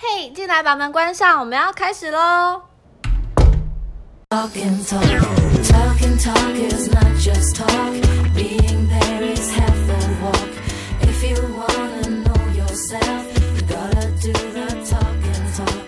哎进来，把门关上，我们要开始喽。 Talking, talk, talking, talk is not just talk. Being there is half the walk. If you wanna know yourself, you gotta do the talking, talk.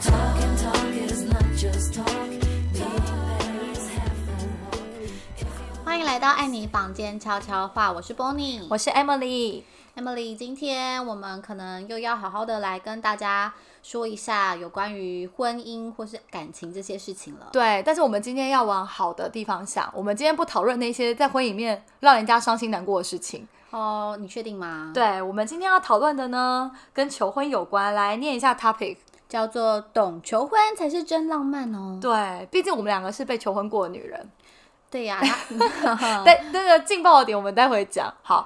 Talking, talk is not just talk. Being there is half the walk. 欢迎来到爱你房间悄悄话，我是 Bonnie，我是 Emily， Emily。今天我们可能又要好好的来跟大家说一下有关于婚姻或是感情这些事情了。对，但是我们今天要往好的地方想，我们今天不讨论那些在婚姻里面让人家伤心难过的事情。哦，你确定吗？，对，我们今天要讨论的呢，跟求婚有关，来念一下 topic。叫做懂求婚才是真浪漫哦。对，毕竟我们两个是被求婚过的女人。对 呀、但那个劲爆的点我们待会讲。好，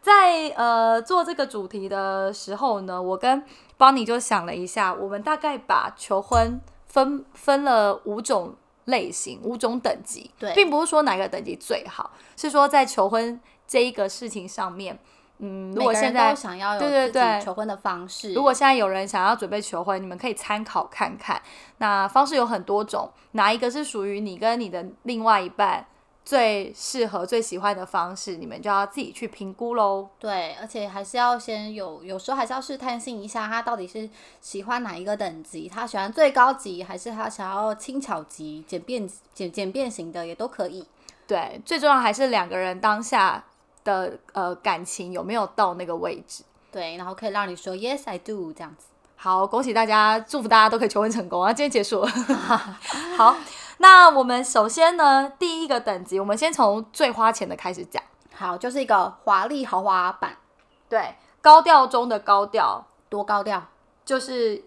在呃做这个主题的时候呢，我跟邦尼就想了一下，我们大概把求婚分分了五种类型、五种等级，对并不是说哪个等级最好，是说在求婚这一个事情上面，嗯，如每果个人现都在想要有对对自对己求婚的方式。如果现在有人想要准备求婚，你们可以参考看看。那方式有很多种，哪一个是属于你跟你的另外一半最适合、最喜欢的方式，你们就要自己去评估喽。对，而且还是要先有，有时候还是要试探性一下，他到底是喜欢哪一个等级，他喜欢最高级，还是他想要轻巧级、简便、简简便型的也都可以。对，最重要还是两个人当下的呃感情有没有到那个位置。对，然后可以让你说 yes I do 这样子。好，恭喜大家，祝福大家都可以求婚成功啊！今天结束了。好，那我们首先呢，第一个等级，我们先从最花钱的开始讲。好，就是一个华丽豪华版，对，高调中的高调，多高调。就是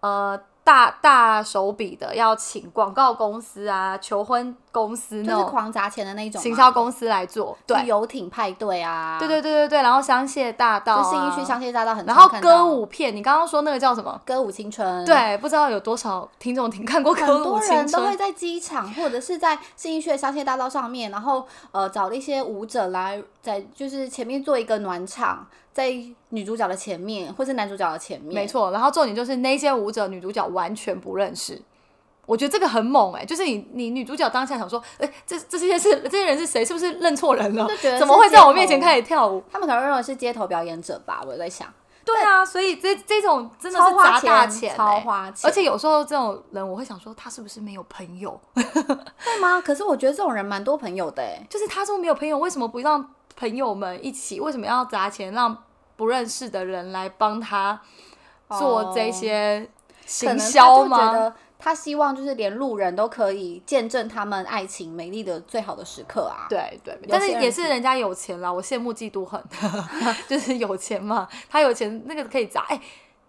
呃大大手笔的要请广告公司啊、求婚公司就那是种狂砸钱的那一种嘛，行销公司来做，去对。游艇派对啊，对对对对对，然后香榭大道、就是啊，新一区香榭大道很然常后看到，歌舞片，你刚刚说那个叫什么？歌舞青春，，对，不知道有多少听众听看过很歌舞多青人都会春。在机场或者是在新一区的香榭大道上面，然后呃找了一些舞者来在就是前面做一个暖场，在女主角的前面或是男主角的前面，没，错，然后重点就是那些舞者女主角完全不认识，我觉得这个很猛哎、就是你你女主角当下想说，哎、这这些是这些人是谁？是不是认错人了就觉得？怎么是哦会在街我面前头开始跳舞？他们可能认为是街头表演者吧，我在想，对啊，所以这这种真的超是花砸大钱欸超花钱而且有时候这种人，我会想说他是不是没有朋友？ 对吗？可是我觉得这种人蛮多朋友的哎、就是他这么没有朋友，为什么不让朋友们一起？为什么要砸钱让不认识的人来帮他做这哦些可行能销他就觉吗？得他希望就是连路人都可以见证他们爱情美丽的最好的时刻啊。，对对，有但是些人也是是人家有钱啦，我羡慕嫉妒恨， 就是有钱嘛，他有钱那个可以砸。哎、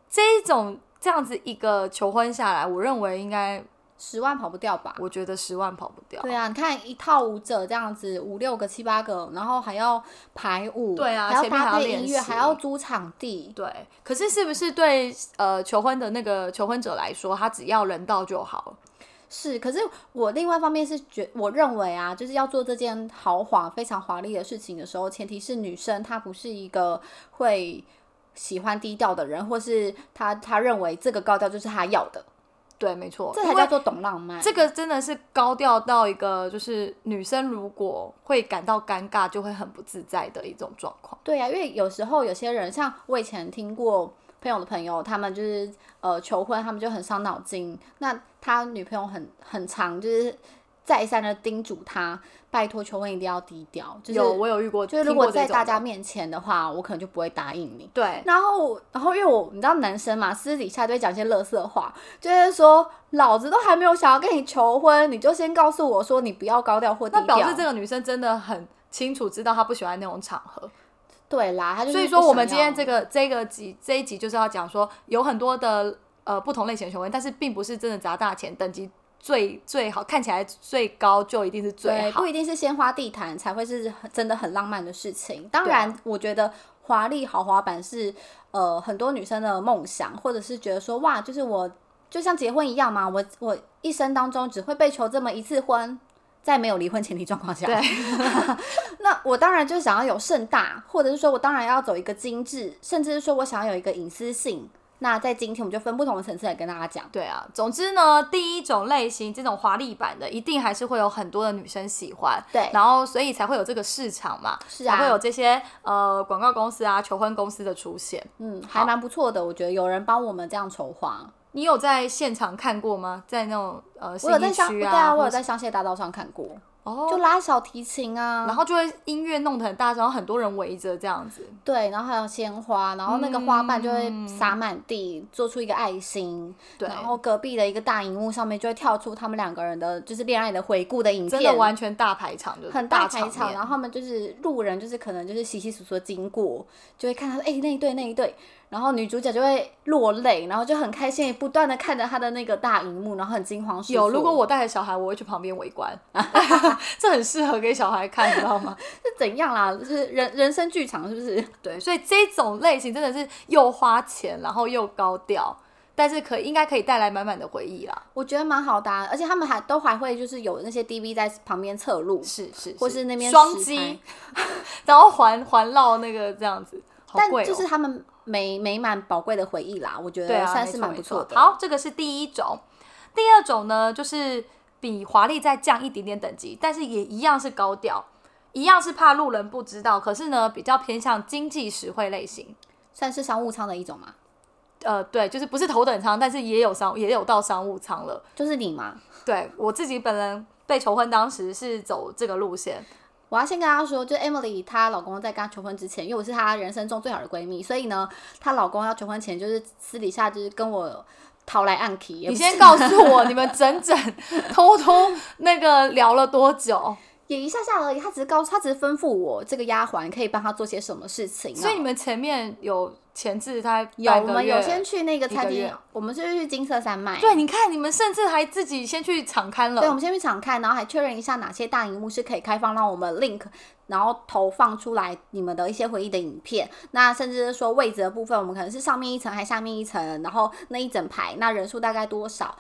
这一种这样子一个求婚下来，我认为应该，十万跑不掉吧？我觉得十万跑不掉。对啊，你看一套舞者这样子五六个、七八个，然后还要排舞，对啊还前要面还搭要配练音乐，习还要租场地。对，可是是不是对呃求婚的那个求婚者来说，他只要人到就好了？是，可是我另外一方面是觉，我认为啊，就是要做这件豪华、非常华丽的事情的时候，前提是女生她不是一个会喜欢低调的人，或是她她认为这个高调就是她要的，对，没错，这因才为叫做懂浪漫。这个真的是高调到一个，就是女生如果会感到尴尬，就会很不自在的一种状况。对呀、因为有时候有些人，像我以前听过朋友的朋友，他们就是呃求婚，他们就很伤脑筋。那他女朋友很很长，就是再三的叮嘱他，拜托求婚一定要低调。就是有，我有遇过，就是听如果过这在种大的家面前的话，我可能就不会答应你。对然后，然后因为我你知道男生嘛，私底下就会讲一些乐色话，就是说老子都还没有想要跟你求婚，你就先告诉我说你不要高调或低那调。表示这个女生真的很清楚知道她不喜欢那种场合。对啦，他就是所以说，我们今天这。这个这个集这一集就是要讲说，有很多的呃不同类型的求婚，但是并不是真的砸大钱，等级最最好，看起来最高就一定是最对，好不。一定是鲜花地毯才会是很真的很浪漫的事情。当对啊然，我觉得华丽豪华版是呃很多女生的梦想，或者是觉得说哇，就是我就像结婚一样嘛，我我一生当中只会被求这么一次婚。在没有离婚前提状况下，对， 那我当然就想要有盛大，或者是说我当然要走一个精致，甚至是说我想要有一个隐私性，那在今天我们就分不同的层次来跟大家讲。对啊，总之呢，第一种类型，这种华丽版的，一定还是会有很多的女生喜欢。对然后所以才会有这个市场嘛，是啊才会有这些呃广告公司啊、求婚公司的出现。嗯，还蛮不错的，我觉得有人帮我们这样筹划。你有在现场看过吗？在那种呃新我有在一香，区对啊，啊，我有或者在香榭大道上看过，哦，就拉小提琴啊，然后就会音乐弄得很大声，然后很多人围着这样子。对，然后还有鲜花，然后那个花瓣就会洒满地，做出一个爱心。嗯对然后隔壁的一个大荧幕上面就会跳出他们两个人的就是恋爱的回顾的影片，真的完全大排场，就是很大排场。啊面然后他们就是路人，就是可能就是稀稀疏疏地经过，就会看到哎、诶那一对那一对，然后女主角就会落泪，然后就很开心，不断的看着她的那个大荧幕，然后很惊慌失措。有，如果我带着小孩，我会去旁边 围观，这很适合给小孩看，你知道吗？是怎样啦，就是人人生剧场是不是？对，所以这种类型真的是又花钱，然后又高调，但是可应该可以带来满满的回忆啦。我觉得蛮好的、啊，而且他们还都还会就是有那些 DV 在旁边侧录，是是，或是那边双实拍击， 然后环环绕那个这样子，好但贵哦。就是他们美美满宝贵的回忆啦，我觉对得啊，算没是错蛮不没错错的。好，这个是第一种，第二种呢，就是比华丽再降一点点等级，但是也一样是高调，一样是怕路人不知道，可是呢，比较偏向经济实惠类型。算是商务舱的一种嘛，呃，对，就是不是头等舱，但是也有商，也有到商务舱了。就是你嘛。对我自己本人被求婚，当时是走这个路线，我要先跟大家说，就 Emily 她老公在跟她求婚之前，因为我是她人生中最好的闺蜜，所以呢，她老公要求婚前就是私底下就是跟我讨来暗 k 你先告诉我，你们整整偷偷那个聊了多 久？也一下下而已，她只是告诉她只是吩咐我这个丫鬟可以帮她做些什么事情，啊所以你们前面有前置他有半我个们有月先去那个餐一个厅月，我们是去金色山脉，对，你看，你们甚至还自己先去场刊对，我了。们先去场看，然后还确认一下哪些大荧幕是可以开放让我们 link，然后投放出来你们的一些回忆的影片。那甚至是说位置的部分，我们可能是上面一层还下面一层，然后那一整排，那人数大概多少，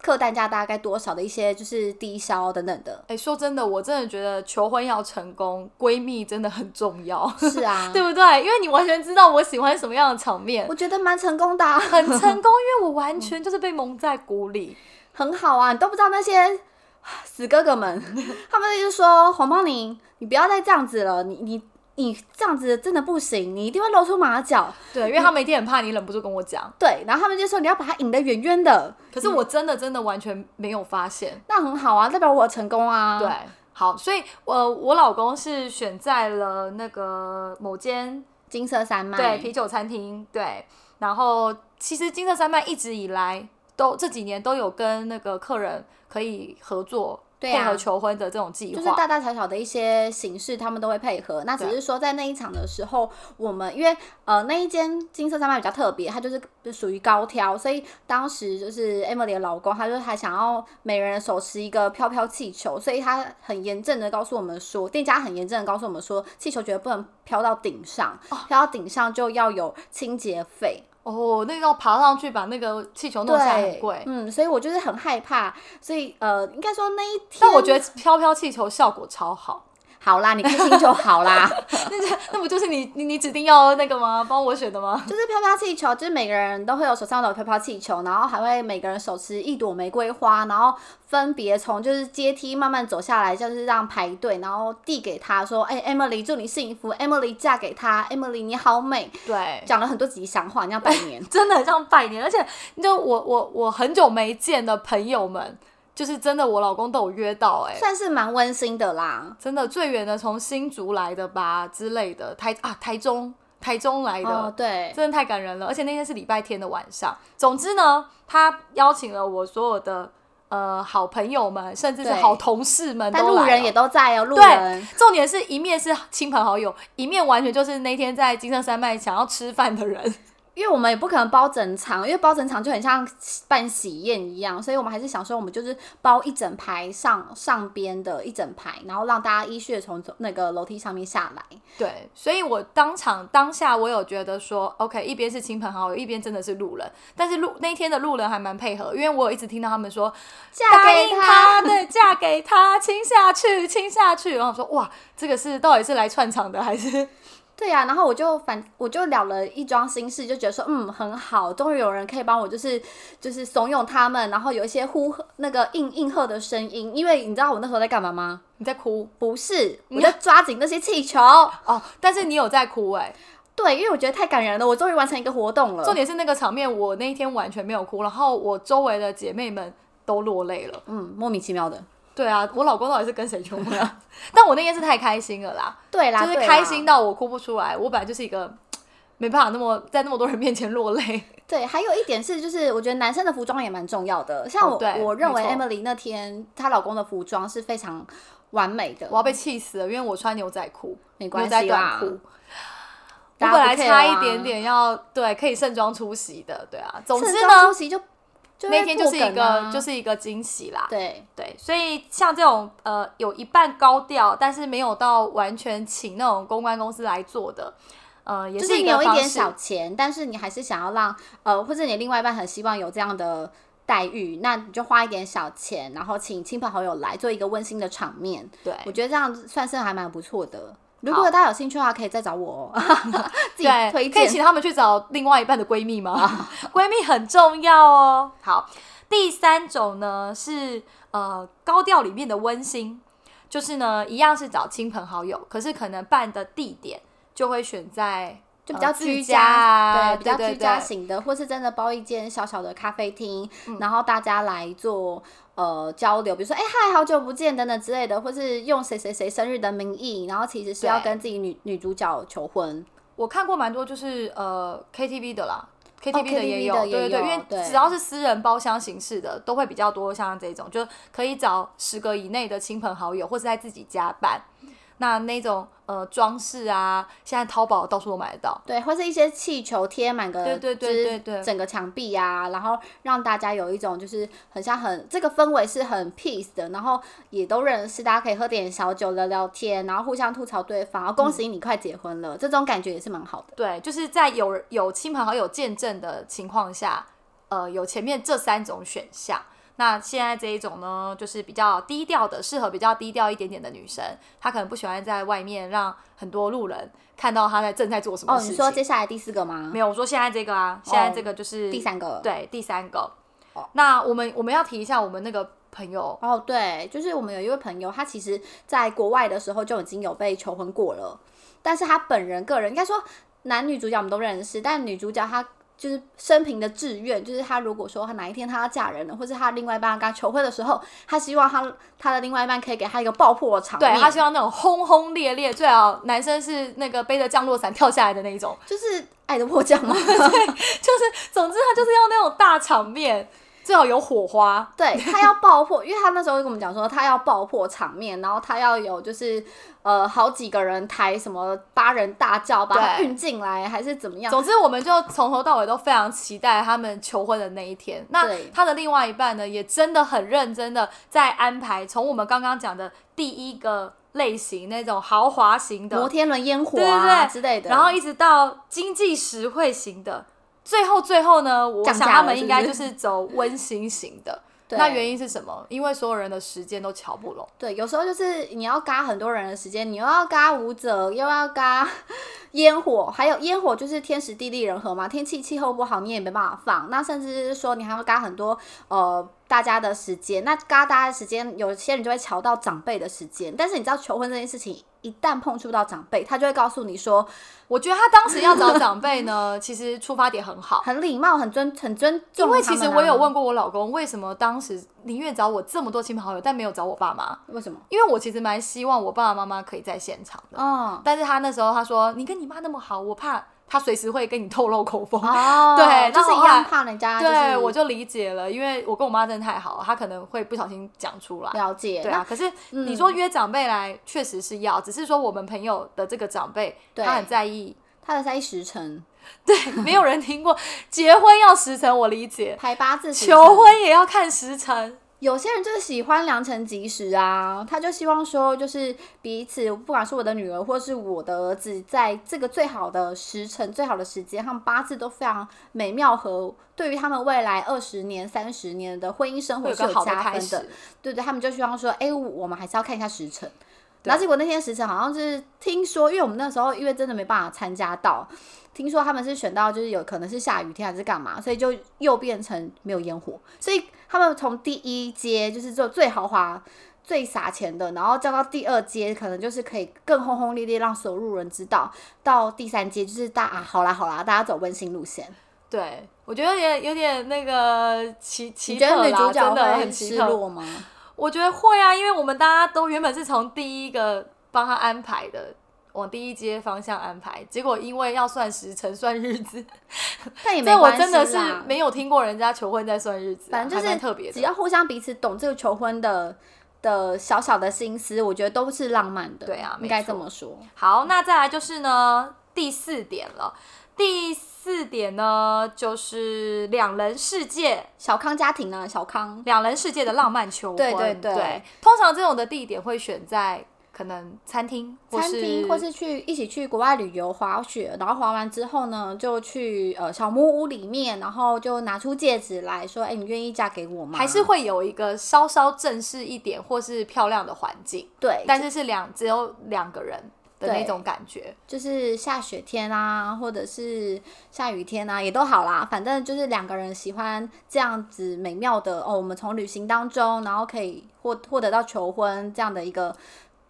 客单价大概多少的一些就是低消等等 的。哎、说真的，我真的觉得求婚要成功，闺蜜真的很重要，，是啊 对不对？因为你完全知道我喜欢什么样的场面我，觉得蛮成功的、啊，很成功，因为我嗯完全就是被蒙在鼓里。很好啊。你都不知道那些。死哥哥们，他们就说黄邦宁，你不要再这样子了，你你你这样子真的不行，你一定会露出马脚。对，因为他们一定很怕你忍不住跟我讲，对，然后他们就说你要把它引得远远的，可是我真的真的完全没有发现。那很好啊，代表我成功啊。对，，好，所以呃，我老公是选在了那个某间金色山脉，对，啤酒餐厅，对。然后其实金色山脉一直以来都这几年都有跟那个客人可以合作、对配啊合求婚的这种计就是划。大大小小的一些形式，他们都会配合。那只对是说在那一场的时候，我们因为呃那一间金色山脉比较特别，它就是属于高挑，所以当时就是 Emily 的老公，他就是还想要每人手持一个飘飘气球，所以他很严正的告诉我们说，店家很严正的告诉我们说，气球绝对不能飘到顶上，飘、到顶上就要有清洁费。哦，那个要爬上去把那个气球弄下来很贵，嗯，所以我就是很害怕，所以呃，应该说那一天，但我觉得飘飘气球效果超好。 好啦，你开心就好啦。 那就那不就是你你你指定要那个吗？帮我选的吗？ 就是飘飘气球，就是每个人都会有手上都有飘飘气球，然后还会每个人手持一朵玫瑰花，然后分别从就是阶梯慢慢走下来，就是让排队，然后递给他说：“哎、e m i l y 祝你幸福，Emily 嫁给他，Emily 你好美。对”。。讲了很多吉祥话，你要拜年真的很像拜年，而且你知道我我我很久没见的朋友们，就是真的我老公都有约到 哎、算是蛮温馨的啦，真的最远的从新竹来的吧之类的，台啊台中台中来的，哦，对，真的太感人了。而且那天是礼拜天的晚上，总之呢，他邀请了我所有的呃好朋友们，甚至是对好同事们但都路来人了也都在哦，路对人，重点是一面是亲朋好友，一面完全就是那天在金色山脉想要吃饭的人。因为我们也不可能包整场，因为包整场就很像办喜宴一样，所以我们还是想说，我们就是包一整排上上边的一整排，然后让大家依序地从走那个楼梯上面下来。对， 所以我当场当下我有觉得说，OK，一边是亲朋好友，一边真的是路人。但是路那一天的路人还蛮配合，因为我有一直听到他们说嫁答给应他，对，嫁给他，亲下去，亲下去。然后我说哇，这个是到底是来串场的还是对呀、然后我就反我就了了一桩心事，就觉得说嗯很好，终于有人可以帮我，就是就是怂恿他们，然后有一些呼喝那个应应和的声音，因为你知道我那时候在干嘛吗？你在哭不是，我你在抓紧那些气球。哦，但是你有在哭哎、对，因为我觉得太感人了，我终于完成一个活动了。重点是那个场面，我那一天完全没有哭，然后我周围的姐妹们都落泪了。嗯，莫名其妙的。对啊，我老公到底是跟谁去玩啊？ 但我那天是太开心了啦，对啦，就是对啦开心到我哭不出来。我本来就是一个没办法那么在那么多人面前落泪。对，还有一点是，就是我觉得男生的服装也蛮重要的。像我，哦对我认为没错 Emily 那天她老公的服装是非常完美的我。要被气死了，因为我穿牛仔裤，没关牛仔系啦短裤。我大家本不来 care 差一啊点点要对可以盛装出席的，对啊。总之盛呢装出，席就就会那天就破是一梗啊个就是一个惊喜啦，对对，所以像这种呃有一半高调，但是没有到完全请那种公关公司来做的，呃，也就是是一你个有一方点式小。钱，但是你还是想要让呃，或者你另外一半很希望有这样的待遇，那你就花一点小钱，然后请亲朋好友来做一个温馨的场面。对，我觉得这样算是还蛮不错的。如果大家有兴趣的话，可以再找我、哦， 自己推对，可以请荐。啊他们去找另外一半的闺蜜吗？ 闺蜜很重要哦。好，第三种呢是呃高调里面的温馨，就是呢一样是找亲朋好友，可是可能办的地点就会选在就比较呃自居家啊，对，比较对居家对嗯型的，或是真的包一间小小的咖啡厅，然后大家来做呃交流，比如说哎嗨，好久不见等等之类的，或是用谁谁谁生日的名义，然后其实是要对跟自己女女主角求婚，我看过蛮多，就是呃 KTV 的啦。 KTV KTV 的也有，的也对对对，有因对为只要是私人包厢形式的，都会比较多，像这种就可以找十个以内的亲朋好友，或是在自己家办。那那种呃装饰啊，现在淘宝到处都买得到，对，或是一些气球贴满个，对对对对就是对整个墙壁啊，然后让大家有一种就是很像很这个氛围是很 peace 的，然后也都认识，大家可以喝点小酒聊聊天，然后互相吐槽对方，然哦嗯后恭喜你快结婚了，这种感觉也是蛮好的。对，就是在有有亲朋好友见证的情况下，呃，有前面这三种选项。那现在这一种呢，就是比较低调的，适合比较低调一点点的女生，她可能不喜欢在外面让很多路人看到她在正在做什么哦，事情。你说接下来第四个吗？没有，我说现在这个啊，现在这个就是、哦第三个。，对第三个。哦那我们我们要提一下我们那个朋友，哦对，就是我们有一位朋友，他其实在国外的时候就已经有被求婚过了，但是他本人个人应该说男女主角我们都认识，但女主角她。就是生平的志愿，就是她如果说她哪一天她要嫁人了，或是她另外一半要跟她求婚的时候，她希望她她的另外一半可以给她一个爆破的场面。对他希望那种轰轰烈烈，最好男生是那个背着降落伞跳下来的那一种。就是爱的迫降嘛。 就是，总之他就是要那种大场面，最好有火花。 对他要爆破，因为他那时候跟我们讲说，他要爆破场面，然后他要有就是呃好几个人抬什么八人大轿把他对运进来，还是怎么样？总之，我们就从头到尾都非常期待他们求婚的那一天。那对他的另外一半呢，也真的很认真的在安排，从我们刚刚讲的第一个类型那种豪华型摩的，天轮烟火对对啊对之类的，然后一直到经济实惠型的，最后最后呢，我降价想他了们是应不该是就是走温馨型的。 对那原因是什么？因为所有人的时间都瞧不拢。对，有时候就是你要嘎很多人的时间，你又要嘎舞者，又要嘎 烟火，还有烟火就是天时地利人和嘛，天气气候不好你也没办法放，那甚至是说你还要嘎很多呃大家的时间，那嘎大家的时间，有些人就会瞧到长辈的时间，但是你知道求婚这件事情。一旦碰触到长辈，他就会告诉你说，我觉得他当时要找长 辈呢，其实出发点很好。很礼貌、很尊、很尊重、啊因为其实我有，问过我老公，为什么当时宁愿找我这么多亲朋好友，但没有找我爸妈？为什么？因为我其实蛮希望我爸爸妈妈可以在现场的。哦但是他那时候他说：“你跟你妈那么好，我怕他随时会跟你透露口风。哦， 对就是那一后来样怕人家，对，我就就理解了，因为我跟我妈真的太好了，她可能会不小心讲出来是。了解。对那嗯啊，可是你说约长辈来，确实是要，只是说我们朋友的这个长辈，对他很在意， 他的在意时辰，没有人听过结婚要时辰，我理解，排八字时辰求婚也要看时辰。有些人就是喜欢良辰吉时啊，他就希望说，就是彼此，不管是我的女儿或是我的儿子，在这个最好的时辰、最好的时间，他们八字都非常美妙和对于他们未来二十年、三十年的婚姻生活会有是个好的加开分的始。对对，他们就希望说，哎、我们还是要看一下时辰。然后结果那天时辰好像是听说，因为我们那时候因为真的没办法参加到，听说他们是选到就是有可能是下雨天还是干嘛，所以就又变成没有烟火，所以他们从第一阶就是做最豪华。最撒钱的，然后叫到第二阶，可能就是可以更轰轰烈烈，让所有路人知道。到第三阶就是大啊，好啦好啦，大家走温馨路线。对，我觉得有点有点那个奇奇你特觉得女啦，主角真的很会奇失特。落 吗？我觉得会啊，因为我们大家都原本是从第一个帮他安排的，往第一阶方向安排，结果因为要算时辰、算日子， 但也没这我关真的系是啦没有听过人家求婚在算日子啊、反正就还是蛮特别只的。要互相彼此懂这个求婚的的小小的心思，我觉得都是浪漫的。对啊没应该这错么说。好，那再来就是呢，第四点了。第四点呢，就是两人世界，小康家庭啊，小康两人世界的浪漫求婚。对对对通常这种的地点会选在可能餐厅，或餐是厅，或是去一起去国外旅游滑雪，然后滑完之后呢，就去呃小木屋里面，然后就拿出戒指来说：“哎、你愿意嫁给我吗？”还是会有一个稍稍正式一点或是漂亮的环境，对，但是是两只有两个人的对那种感觉。就是下雪天啊，或者是下雨天啊，也都好啦。反正就是两个人喜欢这样子美妙的哦，我们从旅行当中，然后可以获获得到求婚这样的一个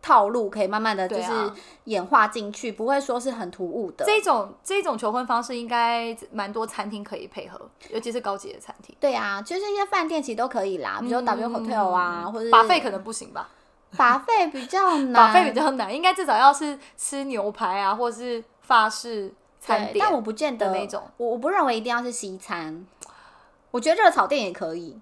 套路，可以慢慢的就对是啊演化进去，不会说是很突兀的。这种这种求婚方式应该蛮多餐厅可以配合，尤其是高级的餐厅。对啊，就是一些饭店其实都可以啦，比如说 W Hotel 啊，或者把嗯费可能不行吧，把费比较难，把费比较难，应该至少要是吃牛排啊，或是法式餐对，点。但我不见得的那种，我我不认为一定要是西餐，我觉得热炒店也可以，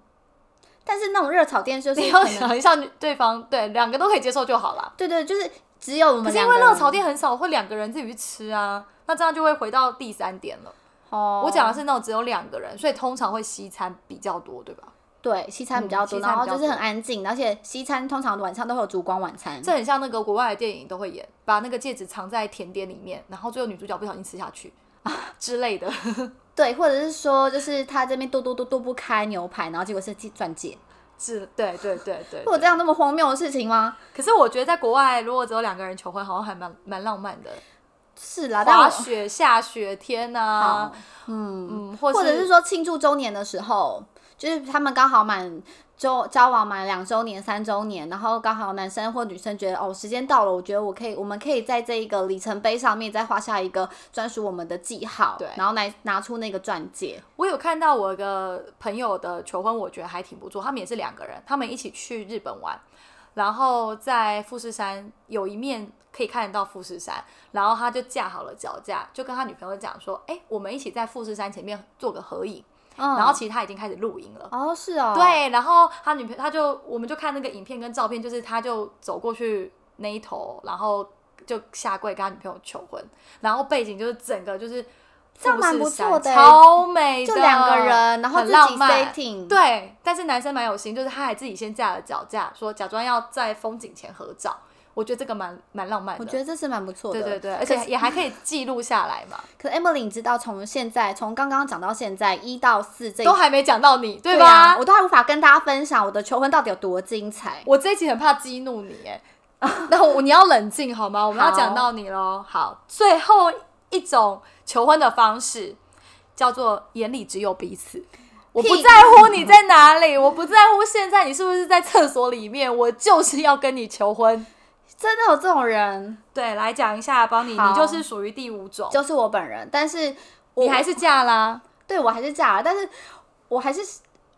但是那种热炒店就是你可要能想一下对方，对两个都可以接受就好啦。对对，就是只有我们可是因两个为人热炒店很少会两个人自己去吃啊，那这样就会回到第三点了。哦，我讲的是那种只有两个人，所以通常会西餐比较多，对吧？对西餐比嗯较西多，餐然后比较就是很多安静，而且西餐通常晚上都会有烛光晚餐，这很像那个国外的电影都会演，把那个戒指藏在甜点里面，然后最后女主角不小心吃下去啊之类的。对，或者是说就是他这边剁剁剁剁不开牛排，然后结果是钻戒，是，对对对对会有对这样那么荒谬的事情吗？可是我觉得在国外，如果只有两个人求婚，好像还蛮蛮浪漫的，是啦，但滑我雪、下雪天啊好，，嗯。嗯，或或者是说庆祝周年的时候，就是他们刚好满周交往满两周年、三周年，然后刚好男生或女生觉得哦时间到了，我觉得我可以，我们可以在这一个里程碑上面再画下一个专属我们的记号，对然后来拿出那个钻戒，我有看到我有个朋友的求婚，我觉得还挺不错。他们也是两个人，他们一起去日本玩，然后在富士山有一面可以看得到富士山，然后他就架好了脚架，就跟他女朋友讲说：“哎、我们一起在富士山前面做个合影。嗯，然后其实他已经开始录影了。哦是哦，，对，然后他女朋友他就我们就看那个影片跟照片，就是他就走过去那一头，然后就下跪跟他女朋友求婚，然后背景就是整个就是这样富蛮士不山错的欸超美的，就两个人，然后啊很自浪己漫。 setting，，对，但是男生蛮有心，就是他还自己先架了脚架，说假装要在风景前合照。我觉得这个蛮蛮浪漫的，我觉得这是蛮不错的，对对对，而可且是也还可以记录下 来嘛，可是 Emily，你知道从现在从刚刚讲到现在一到四这一都还没讲到你，对吧？啊我都还无法跟大家分享我的求婚到底有多精彩。我这一集很怕激怒你，哎，然后我你要冷静好吗？我们要好讲到你喽。好，最后一种求婚的方式叫做眼里只有彼此。我不在乎你在哪里，我不在乎现在你是不是在厕所里面，我就是要跟你求婚。真的有这种人，对，来讲一下，帮你，好你就是属于第五种，就是我本人，但是我你还是嫁啦。对我还是嫁了，但是我还是，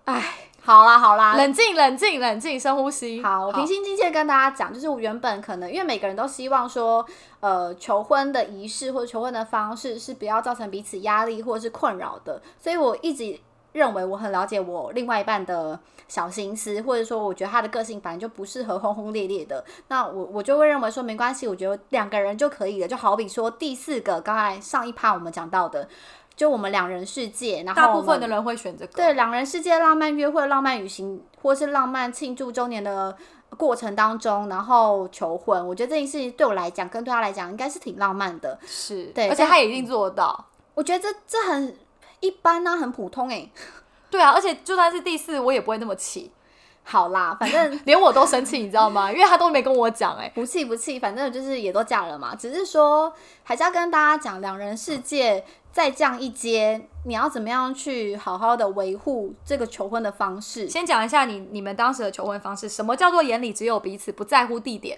哎，好啦好啦，冷静，冷静，冷静，深呼吸。好，我平心静气地跟大家讲，就是我原本可能因为每个人都希望说，呃，求婚的仪式或者求婚的方式是不要造成彼此压力或者是困扰的，所以我一直认为我很了解我另外一半的小心思，或者说我觉得他的个性本来就不适合轰轰烈烈的，那我我就会认为说没关系，我觉得两个人就可以了，就好比说第四个刚才上一趴我们讲到的，就我们两人世界，然后大我部们分的人会选这个。对，两人世界浪漫约会、浪漫旅行，或是浪漫庆祝周年的过程当中，然后求婚，我觉得这件事情对我来讲，跟对他来讲，应该是挺浪漫的。是，对而且但他也一定做得到。我觉得这这很一般啊，很普通诶、对啊，而且就算是第四，我也不会那么气。好啦，反 正连我都生气，你知道吗？因为他都没跟我讲、哎，不气不气，反正就是也都嫁了嘛。只是说，还是要跟大家讲，两人世界再降一阶，你要怎么样去好好的维护这个求婚的方式？先讲一下你你们当时的求婚方式，什么叫做眼里只有彼此，不在乎地点？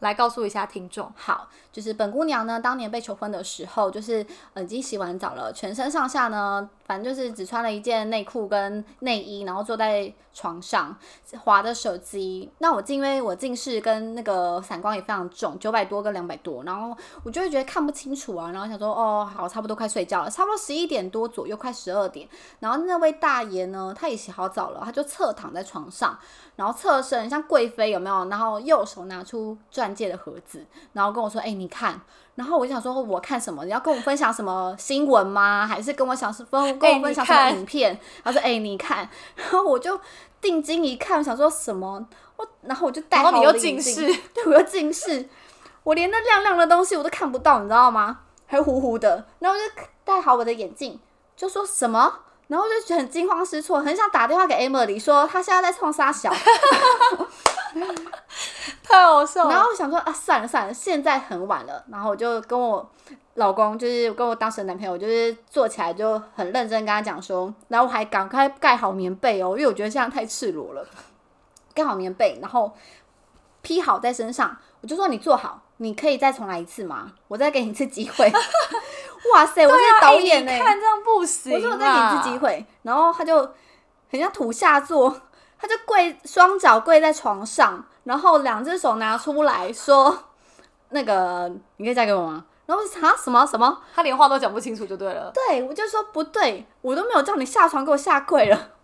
来告诉一下听众。好，就是本姑娘呢，当年被求婚的时候，就是、呃、已经洗完澡了，全身上下呢，反正就是只穿了一件内裤跟内衣，然后坐在床上划着手机。那我近因为我近视跟那个散光也非常重，九百多跟两百多，然后我就会觉得看不清楚啊，然后想说哦，好，差不多快睡觉了，差不多十一点多左右，快十二点。然后那位大爷呢，他也洗好澡了，他就侧躺在床上，然后侧身像贵妃有没有？然后右手拿出钻戒的盒子，然后跟我说：“哎、你看。”然后我就想说，我看什么？你要跟我分享什么新闻吗？还是跟我想是分跟哎我分享你什么看影片？他说：“哎、你看。”然后我就定睛一看，我想说什么？我然后我就戴然好后你又我的眼近镜视，对，我又近视，我连那亮亮的东西我都看不到，你知道吗？还糊糊的，然后我就戴好我的眼镜，就说什么，然后我就很惊慌失措，很想打电话给 Emily 说她现在在冲沙小，太好笑然后我想说啊，算了算了，现在很晚了，然后我就跟我老公，就是跟我当时的男朋友，就是坐起来就很认真跟他讲说，然后我还赶快盖好棉被哦，因为我觉得这样太赤裸 了，盖好棉被，然后披好在身上，我就说你坐好，你可以再重来一次吗？我再给你一次机会。 哇塞，我对啊是导演呢、欸哎你看这样不行、啊。我说我再给你一次机会，然后他就很像土下座， 他就跪双脚跪在床上，然后两只手拿出来说：“那个你可以嫁给我吗？”然后我就啊什么什么？他连话都讲不清楚就对了。对我就说不对，我都没有叫你下床给我下跪了。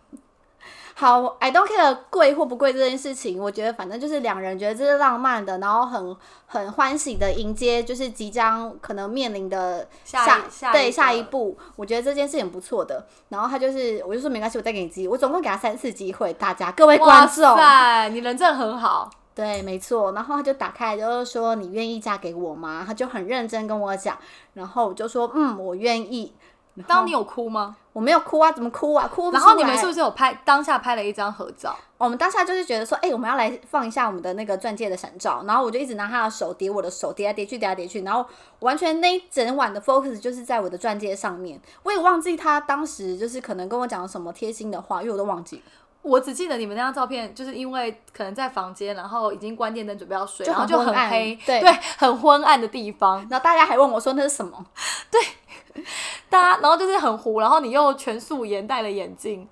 好，I don't care 跪或不跪这件事情，我觉得反正就是两人觉得这是浪漫的，然后很很欢喜的迎接，就是即将可能面临的下一下一对个下一步，我觉得这件事情不错的。然后他就是，我就说没关系，我再给你机，我总共给他三次机会，大家各位观众哇，塞，你人真的很好。对，没错。然后他就打开，就是说你愿意嫁给我吗？他就很认真跟我讲，然后我就说嗯，我愿意。然后当你有哭吗？我没有哭啊，怎么哭啊？哭不然出后你来们是不是有拍当下拍了一张合照？我们当下就是觉得说，哎、我们要来放一下我们的那个钻戒的闪照，然后我就一直拿他的手叠我的手，叠来叠去，叠来叠去，然后完全那一整晚的 focus 就是在我的钻戒上面。我也忘记他当时就是可能跟我讲了什么贴心的话，因为我都忘记了。我只记得你们那张照片，就是因为可能在房间，然后已经关电灯准备要睡，就然很后就昏很暗黑，对很昏暗的地方，然后大家还问我说那是什么？大家然后就是很糊，然后你又全素颜，戴了眼镜，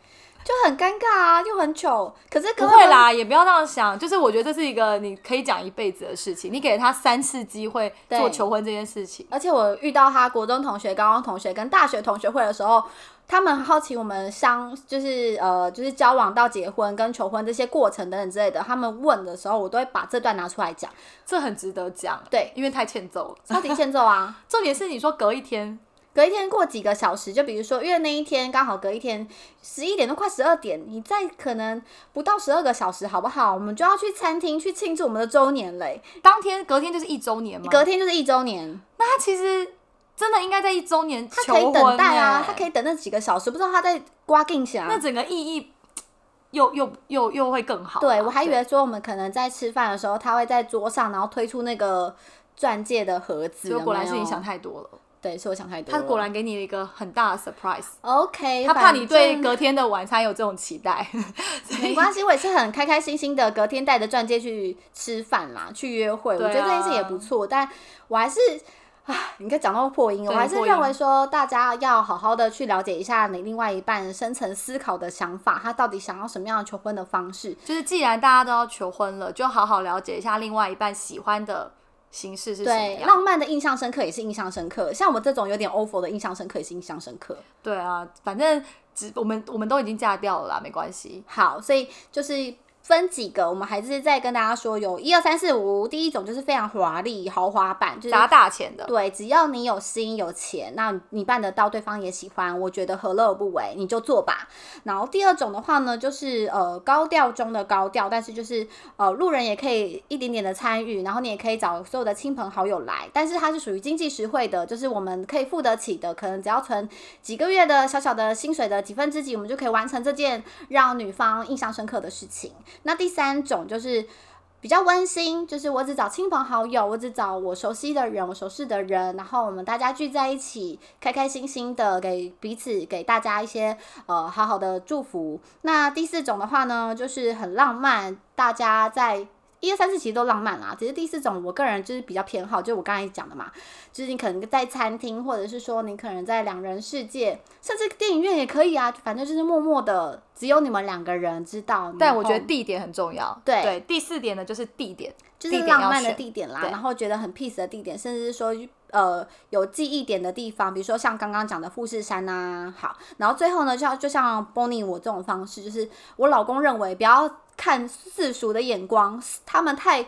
就很尴尬啊，又很糗。可是各不位会观啦，也不要这样想，就是我觉得这是一个你可以讲一辈子的事情，你给他三次机会对做求婚这件事情，而且我遇到他国中同学、高中同学跟大学同学会的时候，他们很好奇我们相就是呃就是交往到结婚跟求婚这些过程等等之类的，他们问的时候，我都会把这段拿出来讲，这很值得讲，对因为太欠揍了。 超级欠揍啊！重点是你说隔一天，隔一天过几个小时，就比如说，因为那一天刚好隔一天十一点都快十二点，你再可能不到十二个小时，好不好？我们就要去餐厅去庆祝我们的周年嘞、当天隔天就是一周年嘛，隔天就是一周年，那他其实真的应该在一周年他求可以婚、等待啊欸，他可以等那几个小时，不知道他在刮腚侠。那整个意义又又又又会更好啊。对，我还以为说我们可能在吃饭的时候，他会在桌上，然后推出那个钻戒的盒子。结果果然是有没你有想，太多了。对，是我想太多他了。果然给你了一个很大的 surprise， OK，他怕反你对正隔天的晚餐有这种期待。 没关系，我也是很开开心心的，隔天带着钻戒去吃饭啦，去约会，我对觉得这件事啊也不错，但我还是。啊，你刚讲到破音了，对我还是破音认为说大家要好好的去了解一下你另外一半深层思考的想法，他到底想要什么样的求婚的方式。就是既然大家都要求婚了，就好好了解一下另外一半喜欢的形式是什么对，样。浪漫的印象深刻也是印象深刻，像我这种有点 over 的印象深刻也是印象深刻。对啊，反正只我们我们都已经嫁掉了啦，没关系。好，所以就是分几个，我们还是再跟大家说，有一二三四五。第一种就是非常华丽豪华版，就是砸大钱的，对，只要你有心有钱，那你办得到，对方也喜欢，我觉得何乐而不为，你就做吧。然后第二种的话呢，就是呃高调中的高调，但是就是呃路人也可以一点点的参与，然后你也可以找所有的亲朋好友来，但是它是属于经济实惠的，就是我们可以付得起的，可能只要存几个月的小小的薪水的几分之几，我们就可以完成这件让女方印象深刻的事情。那第三种就是比较温馨，就是我只找亲朋好友，我只找我熟悉的人，我熟识的人，然后我们大家聚在一起，开开心心的给彼此给大家一些呃好好的祝福。那第四种的话呢，就是很浪漫，大家在。一二三四其实都浪漫啦，只是第四种我个人就是比较偏好，就是我刚才讲的嘛，就是你可能在餐厅，或者是说你可能在两人世界，甚至电影院也可以啊，反正就是默默的，只有你们两个人知道。但然我觉得后地点很重要。对第四点呢就是地点，就地是点要浪漫的选地点啦，对然后觉得很 peace 的地点，甚至是说呃有记忆点的地方，比如说像刚刚讲的富士山呐、好，然后最后呢，就像就像 Bonnie 我这种方式，就是我老公认为不要看世俗的眼光，他们太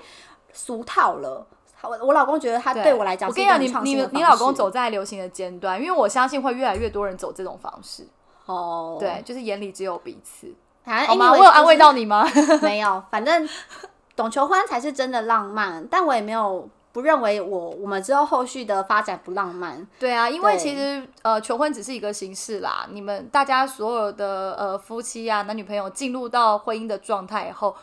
俗套了。我我老公觉得他啊对我来讲我是跟一你个讲，很创你你新的你方老公式走在流行的尖端，因为我相信会越来越多人走这种方式。哦，对，，就是眼里只有彼此，反正好 anyway, 吗？我有安慰就是 到你吗？没有，反正懂求欢才是真的浪漫，但我也没有不认为我我们之后后续的发展不浪漫。对啊，因为其对实呃，求婚只是一个形式啦。你们大家所有的呃夫妻啊、男女朋友进入到婚姻的状态后，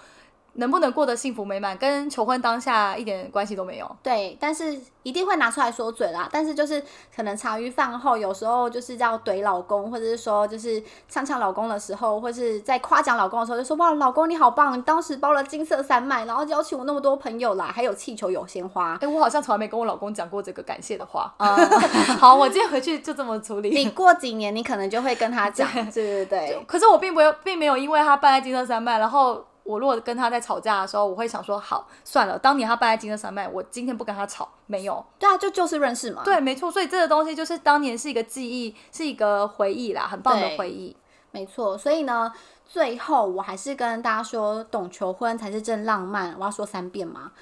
能不能过得幸福美满，跟求婚当下一点关系都没有。对，但是一定会拿出来说嘴啦。但是就是可能茶余饭后，有时候就是要怼老公，或者是说就是呛呛老公的时候，或是在夸奖老公的时候，就说哇，老公你好棒，你当时包了金色山脉，然后邀请我那么多朋友来，还有气球，有鲜花。哎，我好像从来没跟我老公讲过这个感谢的话。 好，我今天回去就这么处哦你理。过几年，你可能就会跟他讲，对对对，可是我并没有，并没有因为他办在金色山脉，然后我如果跟他在吵架的时候，我会想说，好，算了，当年他办在金色山脉，我今天不跟他吵，没有。对啊，就就事论事嘛。对，没错，所以这个东西就是当年是一个记忆，是一个回忆啦，很棒的对回忆。没错，所以呢，最后我还是跟大家说，懂求婚才是真浪漫。我要说三遍吗？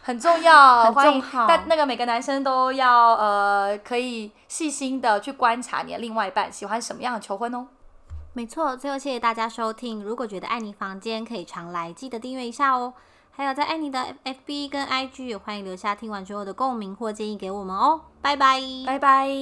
很重要， 很欢迎重要但那个每个男生都要呃，可以细心的去观察你的另外一半喜欢什么样的求婚哦。没错，最后谢谢大家收听。如果觉得爱你房间可以常来，记得订阅一下哦。还有在爱你的 FB 跟 IG，也欢迎留下听完之后的共鸣或建议给我们哦。拜拜。拜拜。